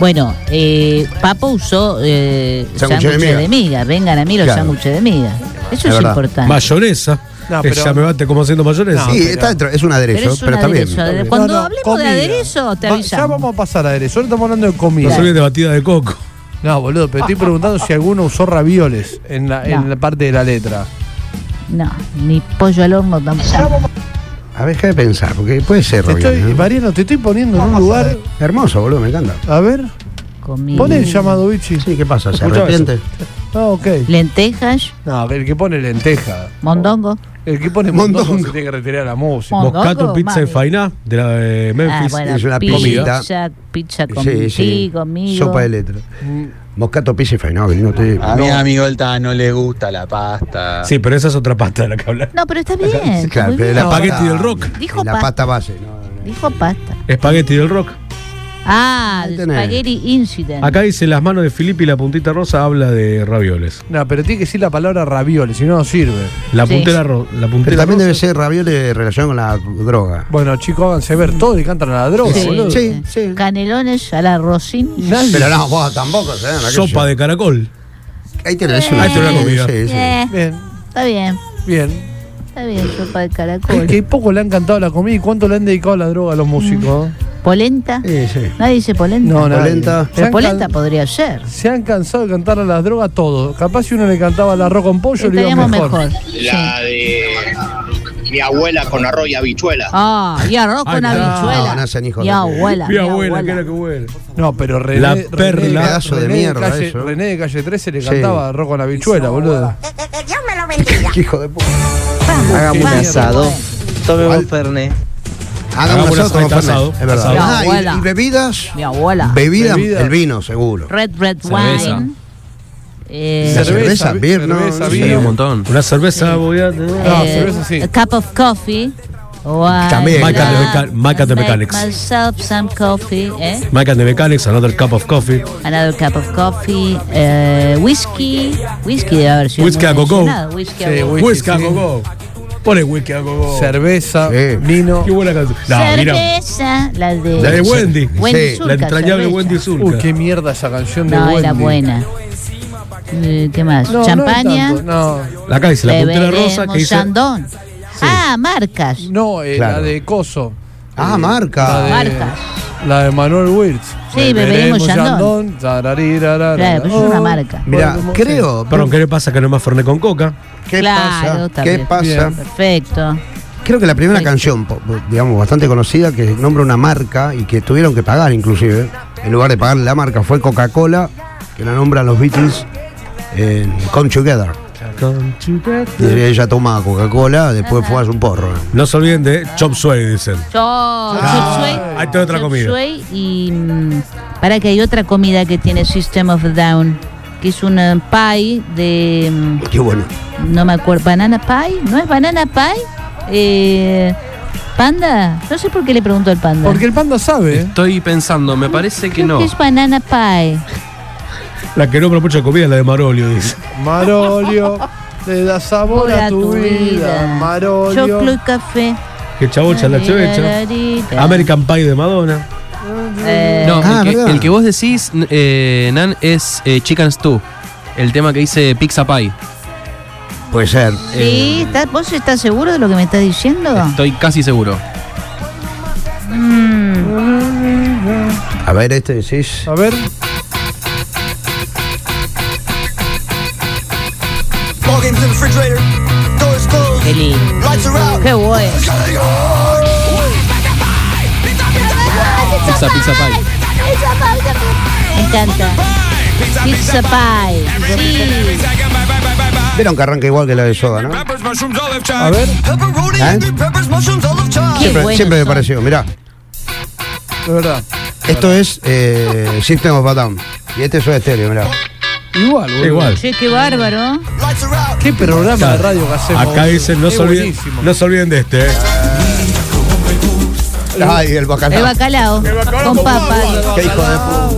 Speaker 5: Bueno, eh, Papo usó eh,
Speaker 3: Sándwiches de
Speaker 5: sándwiches de,
Speaker 3: miga.
Speaker 5: miga. Vengan a mí los
Speaker 3: Claro.
Speaker 5: sándwiches de miga. Eso
Speaker 3: Es
Speaker 5: es,
Speaker 3: verdad.
Speaker 5: importante.
Speaker 4: Mayonesa.
Speaker 2: No,
Speaker 4: Que
Speaker 2: pero-
Speaker 4: ya me bate como haciendo mayonesa.
Speaker 3: sí,
Speaker 2: pero-
Speaker 3: está dentro, es un aderezo,
Speaker 5: Pero
Speaker 3: pero,
Speaker 5: es un
Speaker 3: está bien.
Speaker 5: aderezo,
Speaker 3: está
Speaker 2: Eh,
Speaker 3: bien.
Speaker 5: aderezo. Cuando hablemos de aderezo, te
Speaker 2: Va- Ya
Speaker 5: avisamos.
Speaker 2: vamos a pasar a aderezo. Ahora estamos hablando de comida.
Speaker 4: No se olviden de batida de coco.
Speaker 2: No, boludo, pero estoy preguntando si alguno usó ravioles en la, en
Speaker 5: No.
Speaker 2: la parte de la letra.
Speaker 5: No, ni pollo al horno tampoco.
Speaker 3: A ver, deja de pensar, porque puede ser,
Speaker 2: Te
Speaker 3: Robián,
Speaker 2: estoy,
Speaker 3: ¿no?
Speaker 2: Mariano, te estoy poniendo en un lugar.
Speaker 3: Hermoso, boludo, me encanta.
Speaker 2: A ver,
Speaker 5: Comida.
Speaker 2: pon el llamado bichi.
Speaker 3: Sí, ¿qué pasa? ¿Se
Speaker 4: Escuchaba
Speaker 3: arrepiente?
Speaker 2: Ah, ok.
Speaker 5: Lentejas,
Speaker 2: No, el que pone lenteja.
Speaker 5: mondongo.
Speaker 2: El que pone mondongo,
Speaker 3: Mondongo.
Speaker 2: se tiene que retirar a la música.
Speaker 5: Mondongo,
Speaker 4: Moscato, pizza
Speaker 5: mami.
Speaker 4: de faina de la de
Speaker 5: Ah,
Speaker 4: Memphis.
Speaker 5: bueno,
Speaker 3: es una
Speaker 5: pizza,
Speaker 3: pizza.
Speaker 5: pizza
Speaker 3: Sí,
Speaker 5: contigo,
Speaker 3: sí.
Speaker 5: conmigo.
Speaker 3: Sopa de letra.
Speaker 4: Mm.
Speaker 3: Moscato, pizza y faenado, que lindo te-
Speaker 9: A mi amigo el no le gusta la pasta.
Speaker 4: Sí, pero esa es otra pasta de la que habla.
Speaker 5: No, pero está bien.
Speaker 3: Sí,
Speaker 5: está
Speaker 3: claro,
Speaker 5: muy
Speaker 3: pero
Speaker 5: bien.
Speaker 3: la
Speaker 4: No,
Speaker 3: pasta-
Speaker 4: espagueti del rock.
Speaker 5: Dijo
Speaker 3: la
Speaker 5: pasta.
Speaker 3: pasta base. no, no.
Speaker 5: Dijo pasta.
Speaker 4: Espagueti del rock.
Speaker 5: Ah,
Speaker 3: Ahí
Speaker 5: el
Speaker 3: tenés.
Speaker 5: spaghetti incident.
Speaker 4: Acá dice las manos de Filippi y la puntita rosa habla de ravioles.
Speaker 2: No, pero tiene que decir la palabra ravioles, si no, no sirve.
Speaker 4: La
Speaker 5: Sí.
Speaker 4: puntera ro- la
Speaker 3: Pero
Speaker 4: puntera
Speaker 3: también
Speaker 4: rosa.
Speaker 3: debe ser ravioles relacionado con la droga.
Speaker 2: Bueno, chicos, háganse ver todo y cantan a la droga,
Speaker 5: Sí.
Speaker 2: boludo.
Speaker 3: Sí, sí.
Speaker 5: Canelones a la rosín.
Speaker 2: Nadie-
Speaker 3: Pero no, vos tampoco, ¿eh? ¿sabes? No, qué sé
Speaker 4: sopa
Speaker 3: yo.
Speaker 4: de caracol.
Speaker 3: Ahí tenés una,
Speaker 4: Ahí tenés una comida.
Speaker 3: Sí, sí.
Speaker 5: Eh,
Speaker 2: Bien,
Speaker 5: está bien,
Speaker 2: bien.
Speaker 5: está bien, sopa de
Speaker 2: Es
Speaker 5: caracol.
Speaker 2: Que poco le han cantado la comida y cuánto le han dedicado a la droga a los músicos.
Speaker 5: ¿Polenta?
Speaker 3: Sí, sí.
Speaker 5: Nadie dice polenta.
Speaker 2: No, no.
Speaker 3: Polenta.
Speaker 5: Pero polenta podría ser.
Speaker 2: Se han cansado de cantar a las drogas todo. Capaz si uno le cantaba el arroz con pollo, le iba
Speaker 5: Estaríamos
Speaker 2: mejor.
Speaker 5: mejor.
Speaker 10: La
Speaker 5: Sí.
Speaker 10: de mi abuela con arroz y habichuela.
Speaker 5: Ah, y arroz
Speaker 4: Ay,
Speaker 5: con
Speaker 4: no.
Speaker 5: habichuela.
Speaker 3: No, no sean hijos
Speaker 5: mi
Speaker 3: de-
Speaker 5: abuela.
Speaker 4: Mi abuela, que era que buena.
Speaker 2: No, pero René,
Speaker 4: La
Speaker 2: René
Speaker 4: perla.
Speaker 2: de Ca-
Speaker 3: Pedazo de
Speaker 2: René
Speaker 3: mierda
Speaker 2: calle,
Speaker 3: eso.
Speaker 2: René de calle 13 le
Speaker 3: Sí.
Speaker 2: cantaba arroz con habichuela, boludo.
Speaker 3: Qué hijo de puta.
Speaker 9: Hagamos un
Speaker 5: Vamos,
Speaker 9: asado.
Speaker 5: bueno.
Speaker 9: Tomemos fernet.
Speaker 3: Hagamos
Speaker 4: Hagamos
Speaker 3: un asado
Speaker 4: una
Speaker 3: con Fernet,
Speaker 4: salsa asado.
Speaker 3: Es verdad.
Speaker 4: Asado.
Speaker 3: Ah,
Speaker 5: Abuela.
Speaker 3: y, y bebidas.
Speaker 5: Mi abuela.
Speaker 3: Bebidas,
Speaker 2: Bebidas.
Speaker 3: el vino, seguro.
Speaker 5: Red Red
Speaker 6: Cerveza.
Speaker 5: Wine.
Speaker 4: Ah,
Speaker 5: Eh,
Speaker 3: La cerveza,
Speaker 2: vi-
Speaker 3: beer, ¿no?
Speaker 2: cerveza,
Speaker 3: Sí,
Speaker 6: Sí,
Speaker 2: vino.
Speaker 6: un montón.
Speaker 4: Una cerveza voy a Ah,
Speaker 2: No,
Speaker 5: eh,
Speaker 2: cerveza sí.
Speaker 5: A cup of coffee. Why
Speaker 3: También.
Speaker 5: not
Speaker 3: Maca de
Speaker 4: meca- maca de
Speaker 5: make
Speaker 4: mechanics.
Speaker 5: myself some coffee, eh?
Speaker 4: Mike and the Mechanics, another cup of coffee.
Speaker 5: Another cup of coffee, eh, whisky, whisky de haber sido
Speaker 4: Whisky
Speaker 5: muy
Speaker 4: a go-go.
Speaker 5: mencionado, Whisky a
Speaker 2: Sí,
Speaker 5: go-go.
Speaker 2: Whisky,
Speaker 4: Whisky a
Speaker 2: sí.
Speaker 4: go Pone whisky a go
Speaker 2: Cerveza,
Speaker 3: Sí.
Speaker 2: vino.
Speaker 4: Qué buena canción. No, mira.
Speaker 5: Cerveza, la de,
Speaker 4: La de Wendy.
Speaker 5: Wendy
Speaker 3: Sí,
Speaker 5: Zulka,
Speaker 4: la entrañable
Speaker 5: cerveza.
Speaker 4: Wendy Zulka.
Speaker 2: Uy, qué mierda esa canción de
Speaker 5: No,
Speaker 2: Wendy.
Speaker 5: era buena. Eh, ¿Qué más?
Speaker 2: No, no hay
Speaker 5: Champaña.
Speaker 2: tanto, No,
Speaker 4: Acá dice la puntera
Speaker 5: beberemos
Speaker 4: rosa que dice.
Speaker 5: Shandong. Ah, marcas.
Speaker 2: no, eh, la
Speaker 3: Claro.
Speaker 2: de Coso.
Speaker 3: Ah,
Speaker 2: La de,
Speaker 3: marca.
Speaker 5: Marcas.
Speaker 2: La de Manuel Wirtz.
Speaker 5: Sí, beberemos Yandón.
Speaker 2: Yandón, Uh, tararirarara.
Speaker 5: Claro, pero es una marca.
Speaker 3: Mirá,
Speaker 2: Bueno,
Speaker 3: creo.
Speaker 4: Perdón, ¿qué le pasa que no es más Fernet con coca?
Speaker 3: ¿Qué
Speaker 5: Claro,
Speaker 3: pasa?
Speaker 5: está
Speaker 3: ¿Qué
Speaker 5: bien.
Speaker 3: pasa?
Speaker 2: Bien.
Speaker 5: Perfecto.
Speaker 3: Creo que la primera canción, po- po- digamos, bastante conocida, que nombra una marca y que tuvieron que pagar inclusive, en lugar de pagar la marca, fue Coca-Cola, que la nombran los Beatles en Come Together. Y ella tomaba Coca-Cola, después fumabas un porro.
Speaker 4: No se olviden de Chop Suey, dicen.
Speaker 5: Yo, chop suey.
Speaker 4: Ah, ahí está otra
Speaker 5: Chop
Speaker 4: comida.
Speaker 5: suey y mm, para que hay otra comida que tiene System of a Down, que es un eh, pie de mm,
Speaker 3: Qué bueno.
Speaker 5: no me acuerdo, banana pie, ¿no es banana pie? Eh, panda, no sé por qué le pregunto al panda.
Speaker 2: Porque el panda sabe.
Speaker 6: Estoy pensando, me parece que
Speaker 5: Creo
Speaker 6: no.
Speaker 5: que es banana pie.
Speaker 4: La que nombra mucha comida es la de Marolio, dice.
Speaker 2: Marolio. Le da sabor
Speaker 5: Sabor
Speaker 2: a tu vida, Marolio.
Speaker 5: Choclo y café.
Speaker 4: Que chavocha la chovecha.
Speaker 5: Tarararita.
Speaker 4: American Pie de Madonna.
Speaker 5: Eh,
Speaker 6: No,
Speaker 3: Ah,
Speaker 6: el, que,
Speaker 3: verdad.
Speaker 6: el que vos decís, n- eh, Nan, es eh, Chicken Stew. El tema que dice Pizza Pie.
Speaker 3: Puede ser.
Speaker 5: Sí, ¿estás- ¿vos estás seguro de lo que me estás diciendo?
Speaker 6: Estoy casi seguro.
Speaker 5: Mm,
Speaker 3: A ver, este decís.
Speaker 2: A ver.
Speaker 5: qué lindo. Qué bueno.
Speaker 6: Pizza, Pizza Pie.
Speaker 5: Me encanta. Pizza pie. Sí.
Speaker 3: Vieron que arranca igual que la de Soda, ¿no?
Speaker 2: A ver.
Speaker 3: ¿Eh?
Speaker 5: Qué
Speaker 3: Siempre,
Speaker 5: bueno
Speaker 3: siempre me
Speaker 5: son.
Speaker 3: pareció, mirá.
Speaker 2: De verdad.
Speaker 3: Esto es eh, System of a Down. Y este es Soda Stereo, mirá.
Speaker 2: Igual, boludo.
Speaker 4: Igual.
Speaker 5: Che, qué bárbaro.
Speaker 2: Qué programa de radio que hacemos.
Speaker 4: Acá dicen, no
Speaker 2: Es
Speaker 4: se, olviden,
Speaker 2: buenísimo.
Speaker 4: no se olviden de este. eh.
Speaker 3: Ay, el
Speaker 5: El
Speaker 3: bacalao.
Speaker 5: bacalao. Con papa.
Speaker 3: Qué hijo de puta.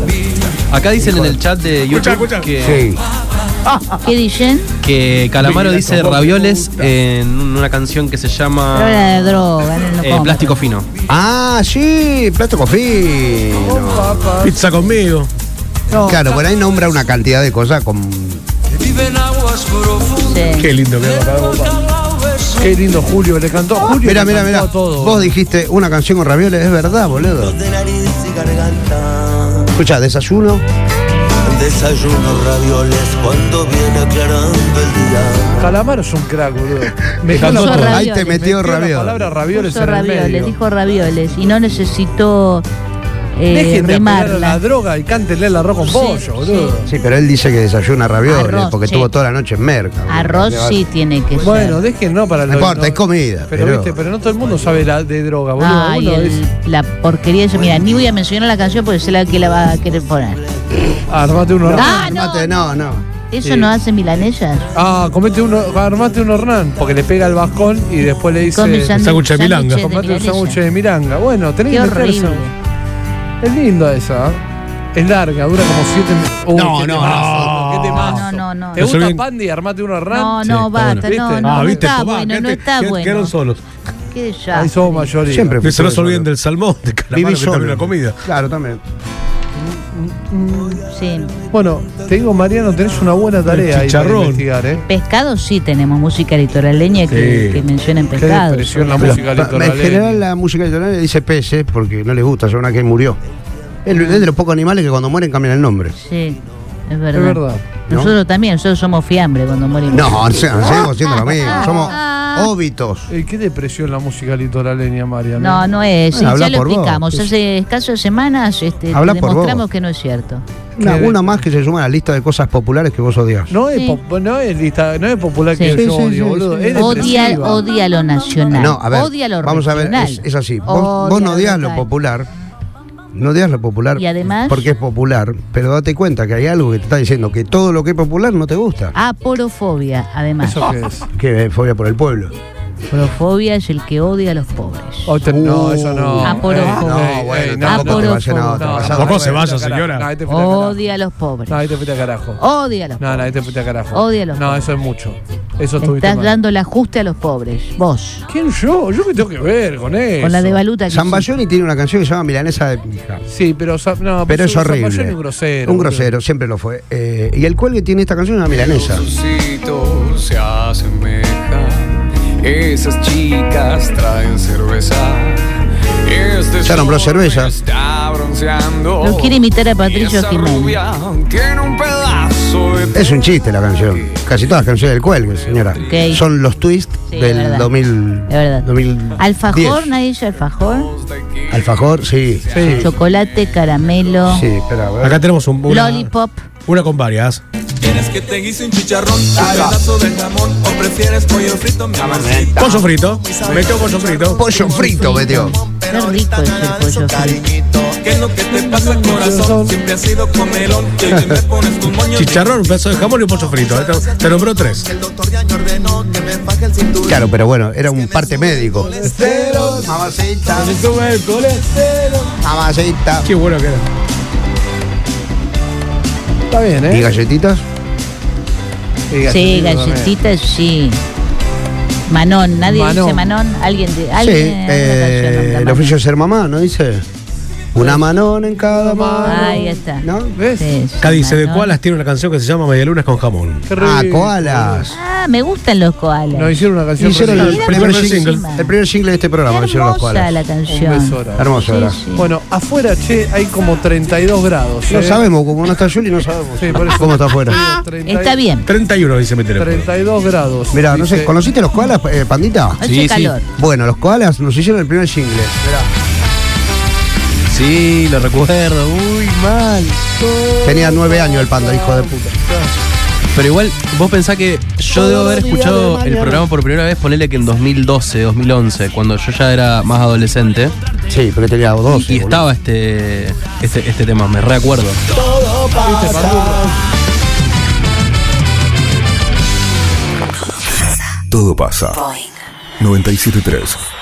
Speaker 6: Acá dicen en el chat de YouTube Que,
Speaker 3: Sí.
Speaker 5: ¿Qué dicen?
Speaker 6: que Calamaro dice ravioles en una canción que se
Speaker 2: Ah.
Speaker 5: Pero
Speaker 6: llama
Speaker 5: era de droga. no, no
Speaker 6: eh,
Speaker 5: como.
Speaker 6: Plástico Fino.
Speaker 3: Ah, sí, plato cofino.
Speaker 4: Pizza conmigo.
Speaker 3: Claro, por ahí nombra una cantidad de cosas con.
Speaker 5: Sí.
Speaker 4: Qué lindo que es bacalao.
Speaker 2: Qué lindo Julio, le cantó. Julio
Speaker 3: Mira,
Speaker 2: le
Speaker 3: mira,
Speaker 2: cantó
Speaker 3: mira.
Speaker 2: a todo.
Speaker 3: Vos dijiste una canción con ravioles, es verdad, boludo. Escucha, desayuno.
Speaker 11: Desayuno ravioles cuando viene aclarando el día.
Speaker 2: Calamaro es un crack,
Speaker 3: <laughs>
Speaker 2: boludo. Me
Speaker 4: cantó
Speaker 5: todo.
Speaker 3: Ahí te
Speaker 5: Ravioles.
Speaker 3: metió
Speaker 2: La
Speaker 3: ravioles.
Speaker 2: palabra ravioles
Speaker 5: Puso
Speaker 2: en el
Speaker 5: ravioles,
Speaker 2: medio.
Speaker 5: dijo ravioles. Y no necesitó eh,
Speaker 2: Dejen de apelar a la
Speaker 5: rimarla.
Speaker 2: droga y cántenle el arroz con
Speaker 5: Sí,
Speaker 2: pollo, boludo.
Speaker 5: sí.
Speaker 3: Sí, pero él dice que desayuna ravioles
Speaker 5: Arroz,
Speaker 3: porque
Speaker 5: sí.
Speaker 3: tuvo toda la noche en merca. boludo.
Speaker 5: Arroz
Speaker 3: Le va-
Speaker 5: sí tiene que
Speaker 2: Bueno,
Speaker 5: ser.
Speaker 2: dejen no para
Speaker 3: No
Speaker 2: los-
Speaker 3: importa, es comida,
Speaker 2: Pero,
Speaker 3: pero-
Speaker 2: viste, pero no todo el mundo sabe la, de droga, Ah, boludo.
Speaker 5: Ay,
Speaker 2: Uno
Speaker 5: el-
Speaker 2: es-
Speaker 5: la porquería esa. Mira, ni voy a mencionar la canción porque sé la que la va a querer poner.
Speaker 2: Armate un hornán.
Speaker 5: Ah, no.
Speaker 3: Mate, no, no.
Speaker 5: ¿Eso no hace milanesas?
Speaker 2: Ah, comete uno, armate un hornán, porque le pega al vascón y después le
Speaker 5: Come
Speaker 2: dice.
Speaker 5: sándwich-
Speaker 4: sándwich de
Speaker 5: sándwiches
Speaker 4: milanga.
Speaker 5: de
Speaker 2: Comete un
Speaker 5: milanesa.
Speaker 2: sándwich de miranga. Bueno, tenés
Speaker 5: Qué
Speaker 2: que meter
Speaker 5: horrible.
Speaker 2: eso. Es linda esa. ¿eh? Es larga, dura como siete minutos.
Speaker 3: No, no,
Speaker 2: ¿Qué temazo?
Speaker 5: No, no, no.
Speaker 2: ¿Te
Speaker 4: No se
Speaker 2: gusta
Speaker 4: olviden-
Speaker 2: Pandi? Armate un hornán.
Speaker 5: No, no,
Speaker 4: bueno.
Speaker 5: basta, no,
Speaker 2: ¿Viste?
Speaker 5: no,
Speaker 4: Ah,
Speaker 5: no
Speaker 4: viste,
Speaker 5: está
Speaker 4: Tomá,
Speaker 5: bueno, no
Speaker 4: quédate-
Speaker 5: está
Speaker 4: qued-
Speaker 5: bueno.
Speaker 4: Quedaron solos.
Speaker 5: Qué
Speaker 2: Ahí
Speaker 5: desastre.
Speaker 2: somos mayoría.
Speaker 3: Siempre
Speaker 4: Que
Speaker 3: fui
Speaker 4: se
Speaker 3: todo
Speaker 4: nos
Speaker 3: eso,
Speaker 4: olviden
Speaker 3: boludo.
Speaker 4: del salmón, de calamar,
Speaker 3: Viví
Speaker 4: que
Speaker 3: solo.
Speaker 4: termina la comida.
Speaker 3: Claro, también.
Speaker 5: Sí.
Speaker 2: Bueno, te digo, Mariano, tenés una buena tarea ahí para
Speaker 4: chicharrón.
Speaker 2: investigar, ¿eh?
Speaker 5: Pescado sí tenemos música litoraleña que,
Speaker 4: Sí.
Speaker 5: que mencionen
Speaker 2: Qué
Speaker 5: pescado.
Speaker 2: depresión la
Speaker 3: Pero,
Speaker 2: música
Speaker 3: pa- en
Speaker 2: litoraleña.
Speaker 3: general la música litoraleña dice peces porque no les gusta, son una que murió. Es es de los pocos animales que cuando mueren cambian el nombre.
Speaker 5: Sí, es verdad.
Speaker 2: Es verdad.
Speaker 3: ¿no?
Speaker 5: Nosotros también, nosotros somos fiambre cuando morimos.
Speaker 3: No, o sea,
Speaker 5: Ah.
Speaker 3: seguimos siendo lo mismo. Somos óbitos.
Speaker 2: Eh, ¿Qué depresión la música litoraleña, Mariano?
Speaker 5: No, no es.
Speaker 3: Bueno,
Speaker 5: sí,
Speaker 3: habla
Speaker 5: ya lo
Speaker 3: por vos.
Speaker 5: explicamos. Hace escasas semanas este, te
Speaker 3: Habla por
Speaker 5: demostramos
Speaker 3: vos.
Speaker 5: que no es cierto.
Speaker 3: Una,
Speaker 2: Qué
Speaker 3: una más que se suma a la lista de cosas populares que vos odias.
Speaker 2: No es,
Speaker 5: Sí.
Speaker 2: pop- no es lista, no es popular que
Speaker 5: Sí.
Speaker 2: yo
Speaker 3: Sí, sí,
Speaker 2: odio,
Speaker 3: sí,
Speaker 2: boludo.
Speaker 3: sí.
Speaker 2: Es
Speaker 5: Odia,
Speaker 2: depresiva.
Speaker 5: odia lo nacional.
Speaker 3: No, a ver.
Speaker 5: odia lo
Speaker 3: vamos a ver,
Speaker 5: regional.
Speaker 3: es, es así. Vos,
Speaker 5: Odia
Speaker 3: vos no odias lo
Speaker 5: local.
Speaker 3: popular. No odias lo popular
Speaker 5: Y además-
Speaker 3: porque es popular, pero date cuenta que hay algo que te está diciendo que todo lo que es popular no te gusta.
Speaker 5: Aporofobia, Ah, además.
Speaker 2: ¿Eso qué es?
Speaker 3: Que es fobia por el pueblo.
Speaker 5: Aporofobia es el que odia a los pobres.
Speaker 2: Oh, te-
Speaker 3: Uh.
Speaker 2: no, eso no.
Speaker 5: Aporo.
Speaker 2: Ey,
Speaker 5: No,
Speaker 2: ey, ey,
Speaker 3: bueno,
Speaker 2: no,
Speaker 5: tampoco te vayas,
Speaker 2: no,
Speaker 5: no, te
Speaker 2: no,
Speaker 3: vayas.
Speaker 2: no,
Speaker 4: Tampoco
Speaker 2: no,
Speaker 4: se
Speaker 2: no,
Speaker 4: vaya,
Speaker 2: no,
Speaker 4: señora.
Speaker 2: No, ahí te fuiste al carajo.
Speaker 5: Odia a los pobres.
Speaker 2: No, ahí te fuiste al carajo.
Speaker 3: Oh.
Speaker 5: Odia a los
Speaker 2: No, no, ahí te fuiste al carajo.
Speaker 5: Odia los
Speaker 2: No, eso es mucho. Eso
Speaker 5: Le
Speaker 2: estuviste
Speaker 5: estás
Speaker 2: mal.
Speaker 5: dando el ajuste a los pobres. Vos.
Speaker 2: ¿Quién yo? ¿Yo qué tengo que ver con eso?
Speaker 5: Con la devaluta que hiciste.
Speaker 3: Zambayoni tiene una canción que se llama Milanesa de Pija.
Speaker 2: Sí, pero... sa- No,
Speaker 3: Pero es
Speaker 2: San Pablo
Speaker 3: horrible.
Speaker 2: es un grosero.
Speaker 3: Un
Speaker 2: boludo.
Speaker 3: grosero, siempre lo fue. Eh, y el cuelgue tiene esta canción, una milanesa.
Speaker 11: se asemejan. Esas chicas traen cerveza. Este
Speaker 3: Ya nombró
Speaker 11: sol me
Speaker 3: cerveza.
Speaker 11: Está bronceando.
Speaker 5: No quiere imitar a
Speaker 11: Y
Speaker 5: Patricio
Speaker 11: esa
Speaker 5: Jiménez.
Speaker 11: rubia tiene un pedazo de
Speaker 3: Es un chiste la canción. Casi todas las canciones del cuelgue, señora.
Speaker 5: Ok.
Speaker 3: Son los twists
Speaker 5: Sí, es
Speaker 3: del
Speaker 5: verdad.
Speaker 3: 2000.
Speaker 5: Es verdad.
Speaker 3: 2010.
Speaker 5: Alfajor, nadie dice alfajor.
Speaker 3: Alfajor, sí. Sí,
Speaker 5: Chocolate, caramelo,
Speaker 3: sí espera, a ver.
Speaker 4: Acá tenemos un, una,
Speaker 5: lollipop.
Speaker 4: una con varias.
Speaker 11: ¿Quieres que te guise un chicharrón, un pedazo de jamón o prefieres pollo frito? Mi amorcito?
Speaker 4: Pollo frito. Metió pollo frito.
Speaker 3: Pollo frito, metió.
Speaker 5: Qué rico es el pollo frito.
Speaker 11: ¿Qué es lo que te pasa corazón? Siempre has sido comelón y hoy me pones tus moños.
Speaker 4: Chicharrón, un pedazo de jamón y un pollo frito. Eh, Te, te nombró tres.
Speaker 3: Claro, pero bueno, era un parte médico. Mamacita, mamacita.
Speaker 4: Qué bueno que era.
Speaker 2: Está bien,
Speaker 3: ¿Y
Speaker 2: ¿eh?
Speaker 3: galletitas?
Speaker 5: Sí,
Speaker 2: galletita también.
Speaker 5: galletitas, sí. Manón, nadie
Speaker 2: Manón.
Speaker 5: dice Manón, alguien de.
Speaker 3: Sí,
Speaker 5: Alguien
Speaker 3: eh, el oficio de ser mamá, ¿no dice? Una manón en cada mano.
Speaker 5: Ahí está.
Speaker 2: ¿Ves?
Speaker 4: Acá dice, de koalas tiene una canción que se llama Medialunas con jamón.
Speaker 3: Ah, koalas.
Speaker 5: Ah, me gustan los koalas.
Speaker 2: Nos hicieron una canción.
Speaker 3: Hicieron el
Speaker 2: preciosa.
Speaker 3: primer,
Speaker 5: hermosísima.
Speaker 3: jingle, el primer jingle de este programa. hicieron los
Speaker 5: Hermosa
Speaker 3: koalas.
Speaker 5: la canción.
Speaker 2: Un beso, Horacio.
Speaker 3: Hermoso,
Speaker 5: Sí,
Speaker 3: Horacio.
Speaker 5: sí.
Speaker 2: Bueno, afuera, che, hay como 32 grados.
Speaker 3: No
Speaker 2: ¿eh?
Speaker 3: sabemos, como no está Juli, no sabemos
Speaker 2: Sí, por eso.
Speaker 3: cómo está afuera.
Speaker 2: 30 y-
Speaker 5: Ah, Está bien.
Speaker 4: 31 dice mi teléfono.
Speaker 2: 32 grados.
Speaker 3: Mira, no
Speaker 2: dice-
Speaker 3: sé, ¿conociste los koalas, eh, pandita?
Speaker 5: Hace calor.
Speaker 3: Bueno, los koalas nos hicieron el primer jingle.
Speaker 6: Sí, lo recuerdo. Uy, mal.
Speaker 3: Tenía nueve años el panda, hijo de puta.
Speaker 6: Pero igual, vos pensás que yo debo haber escuchado el programa por primera vez, ponele que en 2012, 2011, cuando yo ya era más adolescente.
Speaker 3: Oh, Sí, pero tenía dos.
Speaker 6: Y estaba este, este, este tema, me recuerdo.
Speaker 1: Todo pasa. 973.